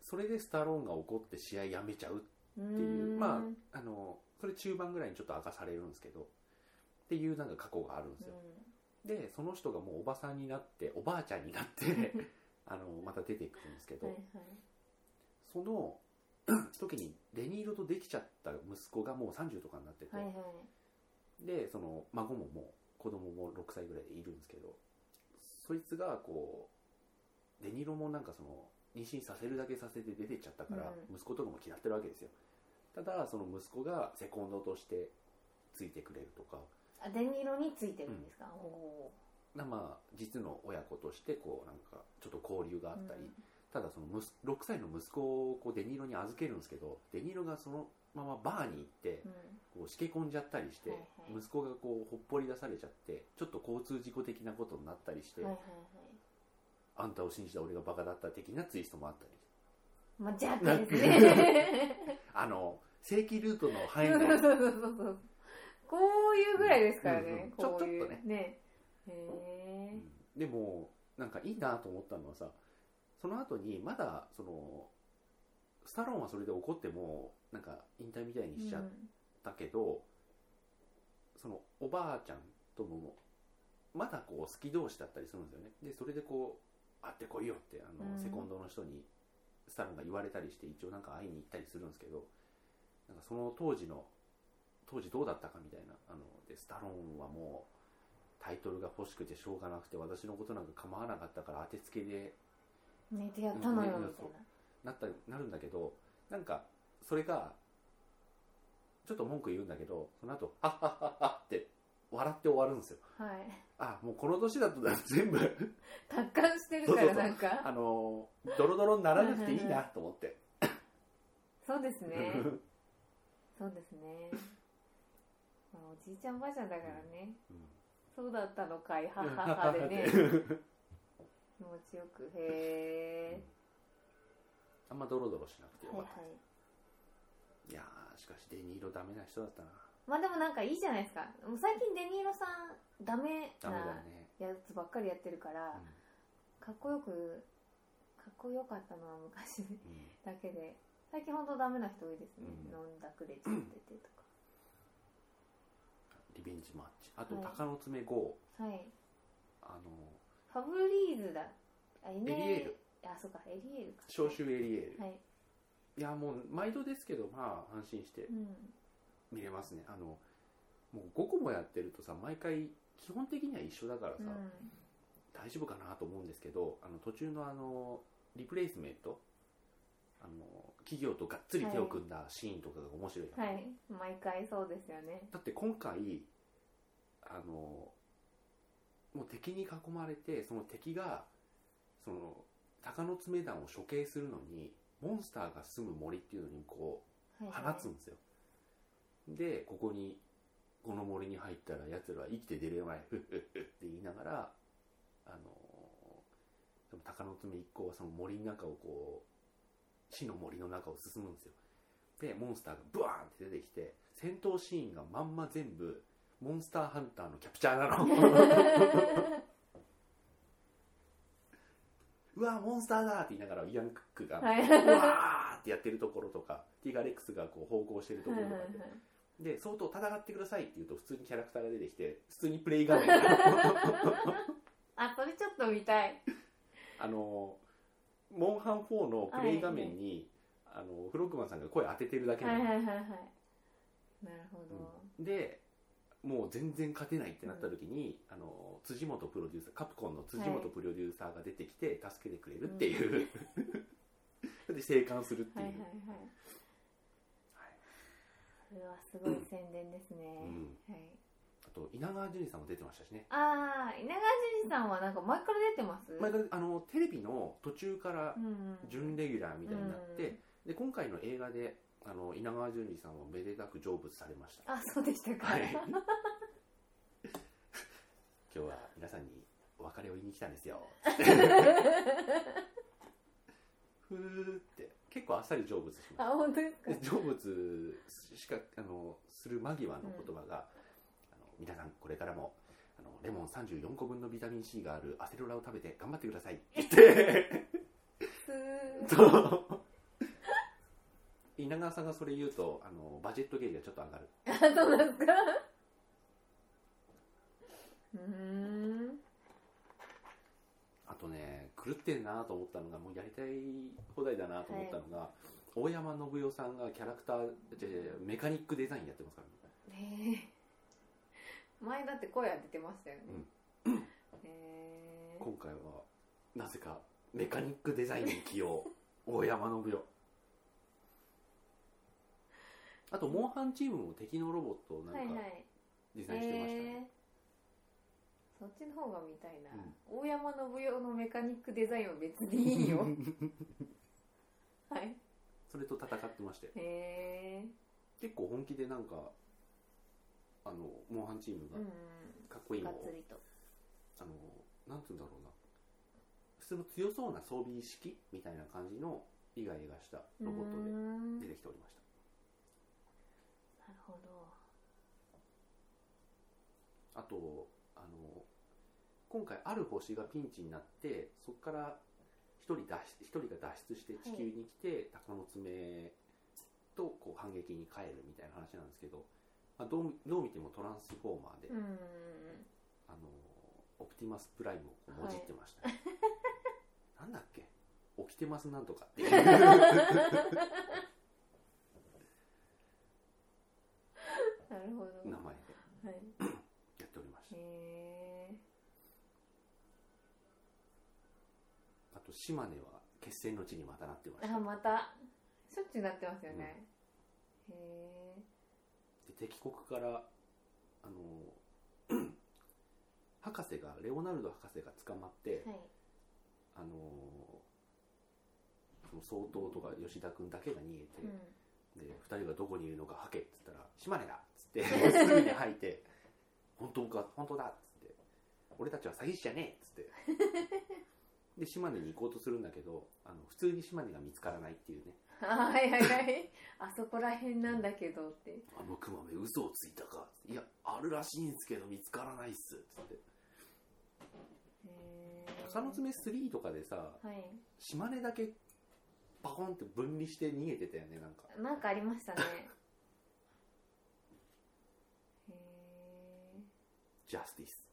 S1: それでスタローンが怒って試合やめちゃう
S2: うー
S1: っていうんまああのそれ中盤ぐらいにちょっと明かされるんですけどっていうなんか過去があるんですよ、でその人がもうおばさんになっておばあちゃんになって
S2: <laughs>
S1: あのまた出ていくんですけ
S2: う
S1: ど、
S2: ん、はいはい
S1: その <clears throat> 時にデニーロとできちゃった息子がもう30とかになってて、
S2: はいはい
S1: でその孫ももう子供も6歳ぐらいでいるんですけどそいつがこうデニーロもなんかその妊娠させるだけさせて出てっちゃったから、
S2: う
S1: 息子とかも嫌ってるわけですよただその息子がセコンドとしてついてくれるとか
S2: あデニーロについてるんですか、おお
S1: なまあ実の親子としてこうなんかちょっと交流があ
S2: ー
S1: ったり、ただその息6歳の息子をこうデニーロに預けるんですけどデニーロがそのままバーに行って
S2: うん
S1: こうしけ込んじゃったりして、
S2: はいはい
S1: 息子がこうほっぽり出されちゃってちょっと交通事故的なことになったりして、
S2: うんはいはいはい
S1: あんたを信じた俺がバカだった的なツイストもあったり
S2: まあ弱ですね
S1: あの正規ルートの範囲
S2: <laughs> そうそう
S1: 内
S2: そうそうそうこういうぐらいですから
S1: うんう
S2: ね
S1: ん、
S2: こうい
S1: ち
S2: う
S1: ょちょっと
S2: ねへえ
S1: でもなんかいいなと思ったのはさその後にまだそのスタローンはそれで怒ってもなんか引退みたいにしちゃっ
S2: うん
S1: だけどそのおばあちゃんともまだこう好き同士だったりするんですよねでそれでこう会ってこいよってあの、
S2: うん
S1: セコンドの人にスタロンが言われたりして一応なんか会いに行ったりするんですけどなんかその当時の当時どうだったかみたいなあのでスタロンはもうタイトルが欲しくてしょうがなくて私のことなんか構わなかったから当てつけで
S2: 寝てやったのよみたいな
S1: なったなるんだけどなんかそれがちょっと文句言うんだけどその後ハッハッハッハッって笑って終わるんですよ
S2: はい
S1: あもうこの年だと全部
S2: 達観してるからなん
S1: あ
S2: か
S1: のドロドロにならなくていいなと思って
S2: そうですねそうですねまあおじいちゃんおばあちゃんだからねそうだったのかいはっはっはでね気持ちよくへえ
S1: あんまドロドロしなくてよ
S2: は
S1: かっ
S2: いは
S1: た、
S2: い
S1: い、やーしかしデニーロダメな人だったな
S2: まあでもなんかいいじゃないですかもう最近デニーロさんダメ
S1: ダメだ
S2: な
S1: ね、
S2: やつばっかりやってるから、
S1: う
S2: かっこよくかっこよかったのは昔
S1: んうん
S2: だけで最近本当ダメな人多いですね、
S1: うん
S2: 飲んだくれちゃっててと
S1: リベンジマッチあと
S2: はい
S1: 鷹の爪 GO
S2: かはい
S1: あの
S2: ファブリーズだあエ
S1: エリエール
S2: あそうかエリエールか
S1: 消臭エリエール、
S2: はい、
S1: いやもう毎度ですけどまあ安心して
S2: うん、
S1: 見れますねあのもう5個もやってるとさ毎回基本的には一緒だからさ、
S2: うん
S1: 大丈夫かなと思うんですけどあの途中のあのリプレイスメントあの企業とがっつり手を組んだシーンとかが面白いな、
S2: はい毎回そうですよね
S1: だって今回あのもう敵に囲まれてその敵がその鷹の爪弾を処刑するのにモンスターが住む森っていうのにこう
S2: はいはい
S1: 放つんですよでここにこの森に入ったら奴らは生きて出れないふっふっふって言いながらあのでも鷹の爪一行はその森の中をこう死の森の中を進むんですよでモンスターがブワーンって出てきて戦闘シーンがまんま全部モンスターハンターのキャプチャーなの <laughs> うわモンスターだって言いながらイアン・クックが <laughs>
S2: <laughs> はいはいはいう
S1: わーってやってるところとか、ティガレックスがこう方向してるところとか
S2: はい
S1: で、で、相当戦ってくださいって言うと、普通にキャラクターが出てきて、普通にプレイ
S2: <laughs>
S1: 画面が
S2: <laughs> あそれちょっと見たい
S1: あの、モンハン4のプレイ画面に、あの、フロックマンさんが声当ててるだけ
S2: は
S1: ない
S2: はい
S1: の
S2: はいはいなるほど、
S1: で、もう全然勝てないってなった時に、あの、辻元プロデューサー、カプコンの辻元プロデューサーが出てきて、助けてくれるっていう、 <laughs> で、生還するってい
S2: は
S1: う。
S2: いはいはいそれはすごい宣伝ですね、
S1: うん
S2: はい
S1: あと稲川淳二さんも出てましたしね
S2: あー稲川淳二さんはなんか前から出てます
S1: 前からあのテレビの途中から
S2: うんうん、
S1: 準レギュラーみたいになって、で今回の映画であの稲川淳二さんはめでたく成仏されました
S2: あそうでしたか、
S1: はい <laughs> 今日は皆さんにお別れを言いに来たんですよふーって結構あっさり成仏しました
S2: <laughs> あ本当ですか
S1: で成仏しかあのする間際の言葉が、あの皆さんこれからもあのレモン34個分のビタミン C があるアセロラを食べて頑張ってください <laughs> って
S2: すー
S1: と稲川さんがそれ言うとあのバジェットゲージがちょっと上がる
S2: あそうなんですかうーん
S1: あとね狂ってんなと思ったのがもうやりたい放題だなと思ったのが、大山信代さんがキャラクターじゃじゃじゃメカニックデザインやってますからね
S2: ねえ前だって声は出てましたよね、ねえ
S1: 今回はなぜかメカニックデザインに起用 <laughs> 大山信代あとモンハンチームも敵のロボットをな
S2: はい
S1: ん
S2: は
S1: か
S2: い
S1: デザインしてましたね、
S2: ええそっちの方が見たいな、
S1: うん
S2: 大山信代のメカニックデザインは別にい
S1: <laughs>
S2: いよはい
S1: それと戦ってまして
S2: へえ
S1: 結構本気でなんかあのモンハンチーム
S2: うん
S1: がかっこいいの
S2: が
S1: を
S2: っ、つりと
S1: あのなんて言うんだろうな普通の強そうな装備意識みたいな感じのイガイガしたロボッ
S2: うー
S1: ト
S2: ん
S1: で
S2: な
S1: 出
S2: る
S1: てきておりました
S2: ほど
S1: あとあの今回ある星がピンチになってそこから一人脱出一人が脱出して地球に来て、鷹の爪とこう反撃に帰るみたいな話なんですけど、まあ、どうどう見てもトランスフォーマーで、
S2: うーん
S1: あのオプティマスプライムをこうもじってました、ね <laughs> なんだっけ起きてますなんとかっていう
S2: なるほど
S1: 名前で
S2: はい
S1: やっておりました
S2: へえ
S1: あと島根は決戦の地にまたなってました
S2: あまたしょっちゅうなってますよね、へえ
S1: で敵国からあの <clears throat> 博士がレオナルド博士が捕まって、
S2: はい
S1: あのその総統とか吉田君だけが逃げて、
S2: うん
S1: で2人がどこにいるのか吐けっつったら「島根だ!」っつって
S2: <laughs>
S1: すぐに吐いて「本当か本当だ!」っつって「俺たちは詐欺師じゃねえ!」っつ
S2: <laughs>
S1: ってで島根に行こうとするんだけどあの普通に島根が見つからないっていうね
S2: あはいはいはいあそこら辺なんだけどって
S1: あのクマめ嘘をついたかいやあるらしいんですけど見つからないっすっつって
S2: へえ
S1: 鷹の爪3とかでさ
S2: はい
S1: 島根だけパコンって分離して逃げてたよねなんか
S2: なんかありましたねへえ
S1: ジャスティス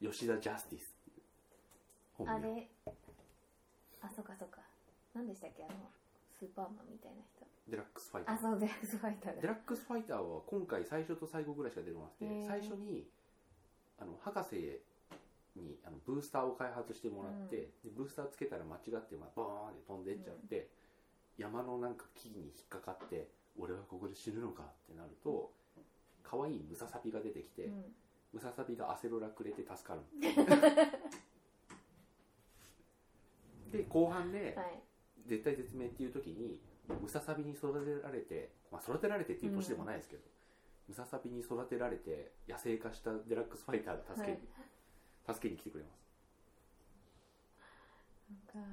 S1: 吉田ジャスティス本
S2: あ
S1: 名
S2: れあそっかそっか何でしたっけあのスーパーマンみたいな人
S1: デラックスファイター
S2: あそうでスファイター
S1: デ
S2: だ
S1: ラックスファイターは今回最初と最後ぐらいしか出てなくて
S2: へー
S1: 最初にあの博士にあのブースターを開発してもらって、でブースターつけたら間違って、まあ、ボーンって飛んでっちゃって、山のなんか木に引っかかって俺はここで死ぬのかってなると可愛いムササビが出てきて、
S2: うん
S1: ムササビがアセロラくれて助かる
S2: <laughs>
S1: で後半で、
S2: はい
S1: 絶対絶命っていう時にムササビに育てられて、まあ、育てられてっていう年でもないですけど、ムササビに育てられて野生化したデラックスファイターが助け,、
S2: はい
S1: 助けに来てくれます
S2: なんか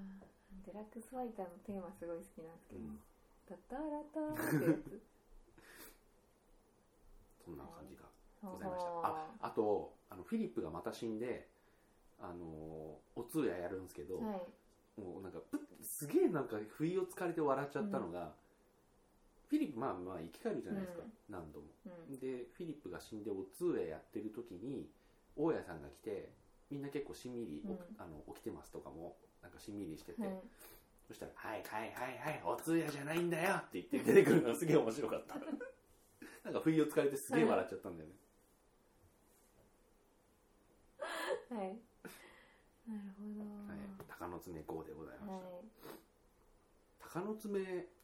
S2: デラックスファイターのテーマすごい好きなんですけど
S1: うん
S2: 「タタラタ」ってやつ
S1: そんな感じが
S2: ご
S1: <laughs> ございましたああとあのフィリップがまた死んであのーお通夜やるんですけど、
S2: はい
S1: もうなんかプッすげえなんか不意をつかれて笑っちゃったのが、フィリップまあまあ生き返るじゃないですか、
S2: うん
S1: 何度も
S2: うん
S1: でフィリップが死んでお通夜やってる時に大家さんが来てみんな結構しんみり、お
S2: うん
S1: あの起きてますとかもなんかしんみりしてて、
S2: はい
S1: そしたら「はいはいはいはいお通夜じゃないんだよ」って言って出てくるのがすげえ面白かった
S2: <laughs>
S1: なんか不意をつかれてすげえ笑っちゃったんだよね、
S2: はい。なるほど。
S1: はい鷹の爪5でございました、
S2: はい
S1: 鷹の爪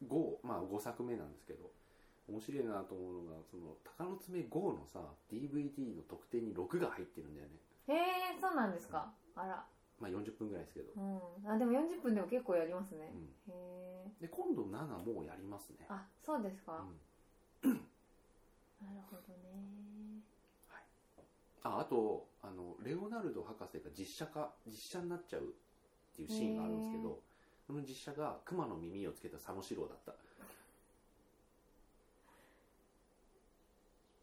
S1: 5まあ5作目なんですけど面白いなと思うのがその鷹の爪 GO のさ DVD の特典に6が入ってるんだよね
S2: へえそうなんですか、あら
S1: まあ40分ぐらいですけど、
S2: うんあでも40分でも結構やりますね
S1: う、ん
S2: へえ
S1: で今度7もうやりますね
S2: あそうですか、
S1: うん
S2: なるほどね
S1: ああとあのレオナルド博士が実写化実写になっちゃうっていうシーンがあるんですけ
S2: へ
S1: どその実写が熊の耳をつけた佐野史郎だった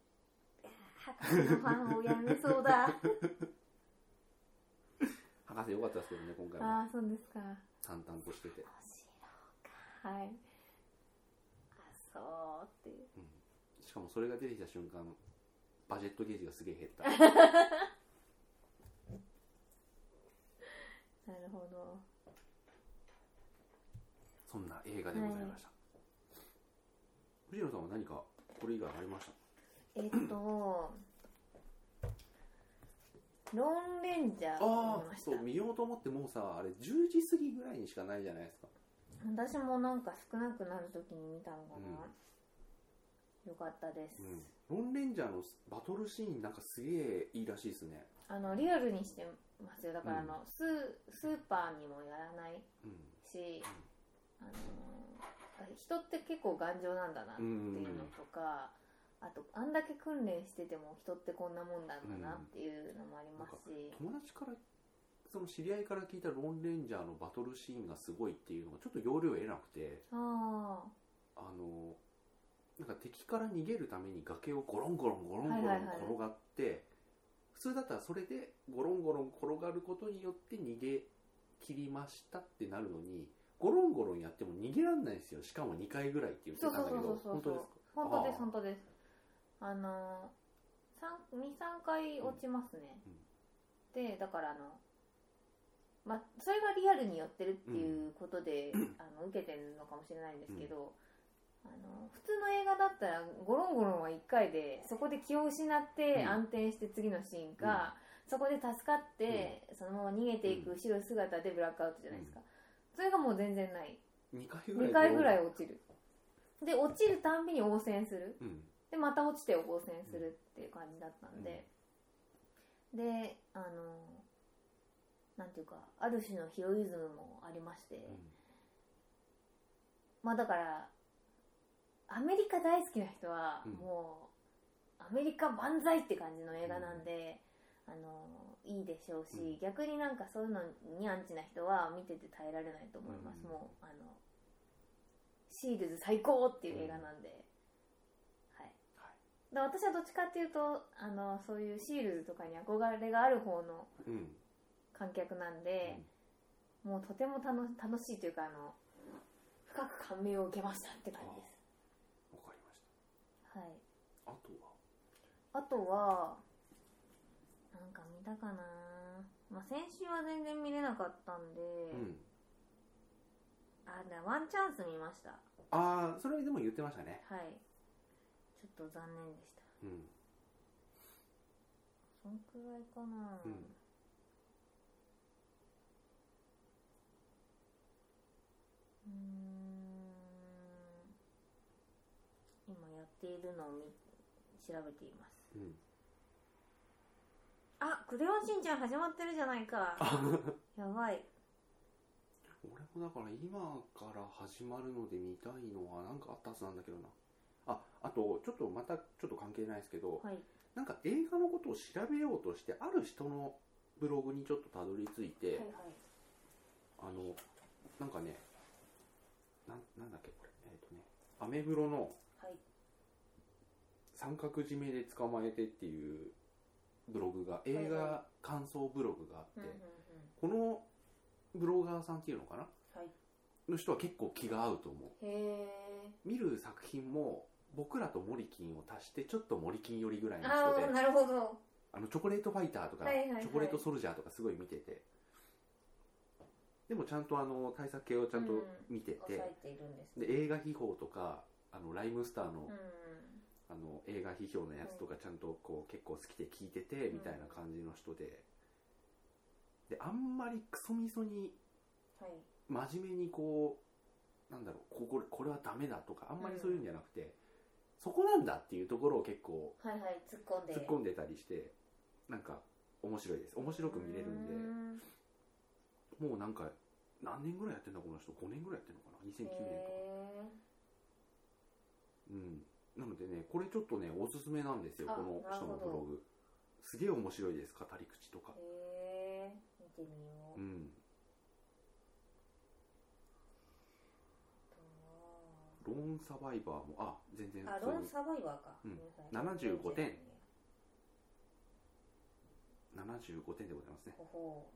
S2: 博士のファンをやめそ
S1: <laughs>
S2: うだ
S1: 博士よかったですけどね今回も
S2: ああそうですか面
S1: 淡々としてて、
S2: 白かはいあそうっていう
S1: うん、しかもそれが出てきた瞬間バジェットゲージがすげえ減った
S2: <laughs> なるほど
S1: そんな映画でございました、藤野さんは何かこれ以外ありました
S2: えっとロンレンジャーを
S1: あ
S2: 見ま
S1: あ
S2: し
S1: そう見ようと思ってもうさあれ10時過ぎぐらいにしかないじゃないですか
S2: た私もなんか少なくなる時に見たのかな、よかったです、
S1: うん、ロンレンジャーのバトルシーンなんかすげえいいらしいですね、
S2: あのリアルにしてますよだからあの、
S1: う
S2: スースーパーにもやらない
S1: うん
S2: し、あのー人って結構頑丈なんだなっていうのとか、あとあんだけ訓練してても人ってこんなもんなんだなっていうのもありますし、
S1: 友達からその知り合いから聞いたロンレンジャーのバトルシーンがすごいっていうのがちょっと要領を得なくて
S2: あ
S1: あのなんか敵から逃げるために崖をゴロンゴロンゴロンゴロン
S2: はいはいはい
S1: 転がって、普通だったらそれでゴロンゴロン転がることによって逃げ切りましたってなるのにゴロンゴロンやっても逃げらんないんですよしかも2回ぐらいって言ってたんだけ
S2: そうそう
S1: ど
S2: そうそうそ
S1: 本当
S2: う
S1: ですか
S2: あ本当
S1: あ
S2: で
S1: ー
S2: す本当ですあの23回落ちますね、でだからあのまあ、それがリアルに寄ってるっていうこと
S1: <coughs>
S2: で、あの受けてるのかもしれないんですけど、あの普通の映画だったらゴロンゴロンは1回でそこで気を失って
S1: うん
S2: 暗転して次のシーンか、そこで助かって、そのまま逃げていく後ろ姿でブラックアウトじゃないですか、それがもう全然ない
S1: 2回ぐらい
S2: 2回ぐらい落ちるで落ちるたんびに応戦する
S1: うん
S2: でまた落ちて応戦するっていう感じだったんで、であのなんていうかある種のヒロイズムもありまして、まあだからアメリカ大好きな人は
S1: うん
S2: もう、アメリカ万歳って感じの映画なんで、あのいいでしょうし、逆になんかそういうのにアンチな人は見てて耐えられないと思います、
S1: うん
S2: もうあのシールズ最高っていう映画なんで、はい
S1: はい
S2: で私はどっちかっていうとあのそういうシールズとかに憧れがある方の
S1: うんうん
S2: 観客なんで、もうとても楽し楽しいというかあの深く感銘を受けましたって感じで
S1: わ
S2: す
S1: かりまし
S2: はい、
S1: たあとは
S2: あとはなんか見たかな、まあ、先週は全然見れなかったんで、
S1: うん
S2: あだワンチャンス見ました
S1: ああそれでも言ってましたね
S2: はいちょっと残念でした
S1: うん
S2: そんくらいかな、
S1: うん
S2: うーん今やっているのを見調べています
S1: うん
S2: あクレヨンしんちゃん始まってるじゃな
S1: <laughs>
S2: いかやばい
S1: 俺もだから今から始まるので見たいのはなんかあったはずなんだけどなああとちょっとまたちょっと関係ないですけど、
S2: はい
S1: なんか映画のことを調べようとしてある人のブログにちょっとたどり着いて、あのなんかねなんなんだっけこれえっ、とねアメブロの
S2: はい
S1: 三角締めで捕まえてっていうブログが映
S2: はい
S1: 画感想ブログがあって、
S2: うんうんうん
S1: このブロガーさんっていうのかな
S2: はい
S1: の人は結構気が合うと思う
S2: へえ
S1: 見る作品も僕らとモリキンを足してちょっとモリキン寄りぐらいの
S2: あ
S1: 人
S2: あ
S1: で
S2: なるほど
S1: あのチョコレートファイターとか、
S2: はいはいはい
S1: チョコレートソルジャーとかすごい見ててでもちゃんとあの対策系をちゃんと見て
S2: 抑
S1: て、
S2: えているんですね
S1: で映画批評とかあのライムスターの,、
S2: うん
S1: あの映画批評のやつとかちゃんとこう結構好きで聞いててみたいな感じの人でであんまりクソみそに
S2: はい
S1: 真面目にこうなんだろうここれこれはダメだとかあんまりそういうんじゃなくて、そこなんだっていうところを結構
S2: はいはい突っ込んで
S1: 突っ込んでたりしてなんか面白いです面白く見れるんで
S2: うん
S1: もうなんか何年ぐらいやってんだこの人5年ぐらいやってんのかな2009年か
S2: へ
S1: うんなのでねこれちょっとねおすすめなんですよ
S2: あ
S1: この人の
S2: なる
S1: ブ
S2: ほど
S1: ログすげえ面白いです語り口とか
S2: ーへー見てみよう
S1: う、んローンサバイバーもあ全然
S2: あ
S1: そ
S2: ロ
S1: れ
S2: ー
S1: に
S2: ンサバイバーか、
S1: うん
S2: ごめなさい
S1: 75点75点でございますね、
S2: ほほ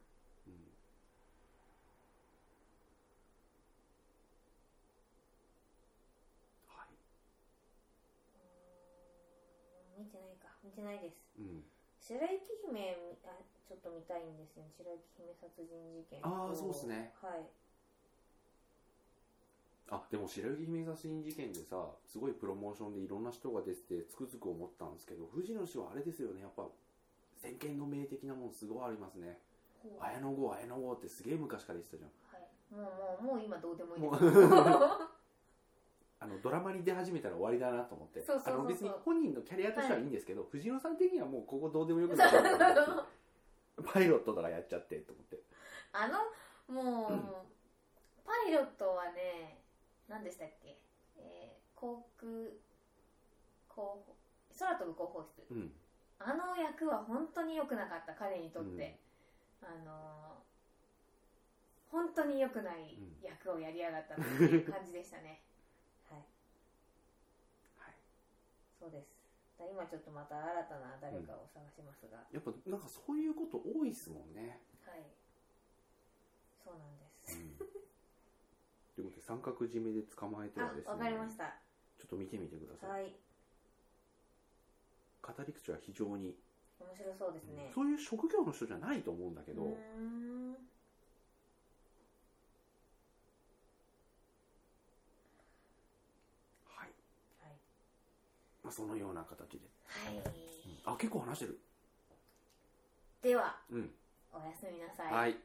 S2: う
S1: うん、は
S2: うーん見てないか見てないです
S1: い、うん、
S2: 白雪姫あちょっと見たいんですよね白雪姫殺人事件
S1: あーそうっすね
S2: はい
S1: あでも白雪姫殺人事件でさすごいプロモーションでいろんな人が出ててつくづく思ったんですけど藤野氏はあれですよねやっぱ先見の明的なもんすごいありますね
S2: ほうは
S1: 綾野剛綾野剛ってすげえ昔から言ってたじゃん
S2: いもうもうもう今どうでもいい
S1: もう
S2: です
S1: あのドラマに出始めたら終わりだなと思って
S2: そうそうそうそう
S1: あの別に本人のキャリアとしてはいいんですけど、
S2: <laughs>
S1: 藤野さん的にはもうここどうでもよくなっちゃう <laughs> からパイロットとかやっちゃってと思って
S2: あのもう、
S1: うん
S2: パイロットはね何でしたっけ、えー航空広報空飛ぶ広報室
S1: うん
S2: あの役は本当に良くなかった彼にとって、あのー本当に良くない役をやりやがったなっていう感じでしたね、 <laughs> はい
S1: はい
S2: そうですだ今ちょっとまた新たな誰かを探しますが、
S1: やっぱなんかそういうこと多いですもんね、
S2: はいそうなんです、
S1: ということで三角締めで捕まえてはですね
S2: あわかりました
S1: ちょっと見てみてください、
S2: はい
S1: 語り口は非常に、
S2: 面白そうですね、
S1: そういう職業の人じゃないと思うんだけど、
S2: うーん
S1: はい、
S2: はい
S1: まあ、そのような形で、
S2: はい、
S1: あ結構話してる
S2: では
S1: うん
S2: おやすみなさ
S1: はい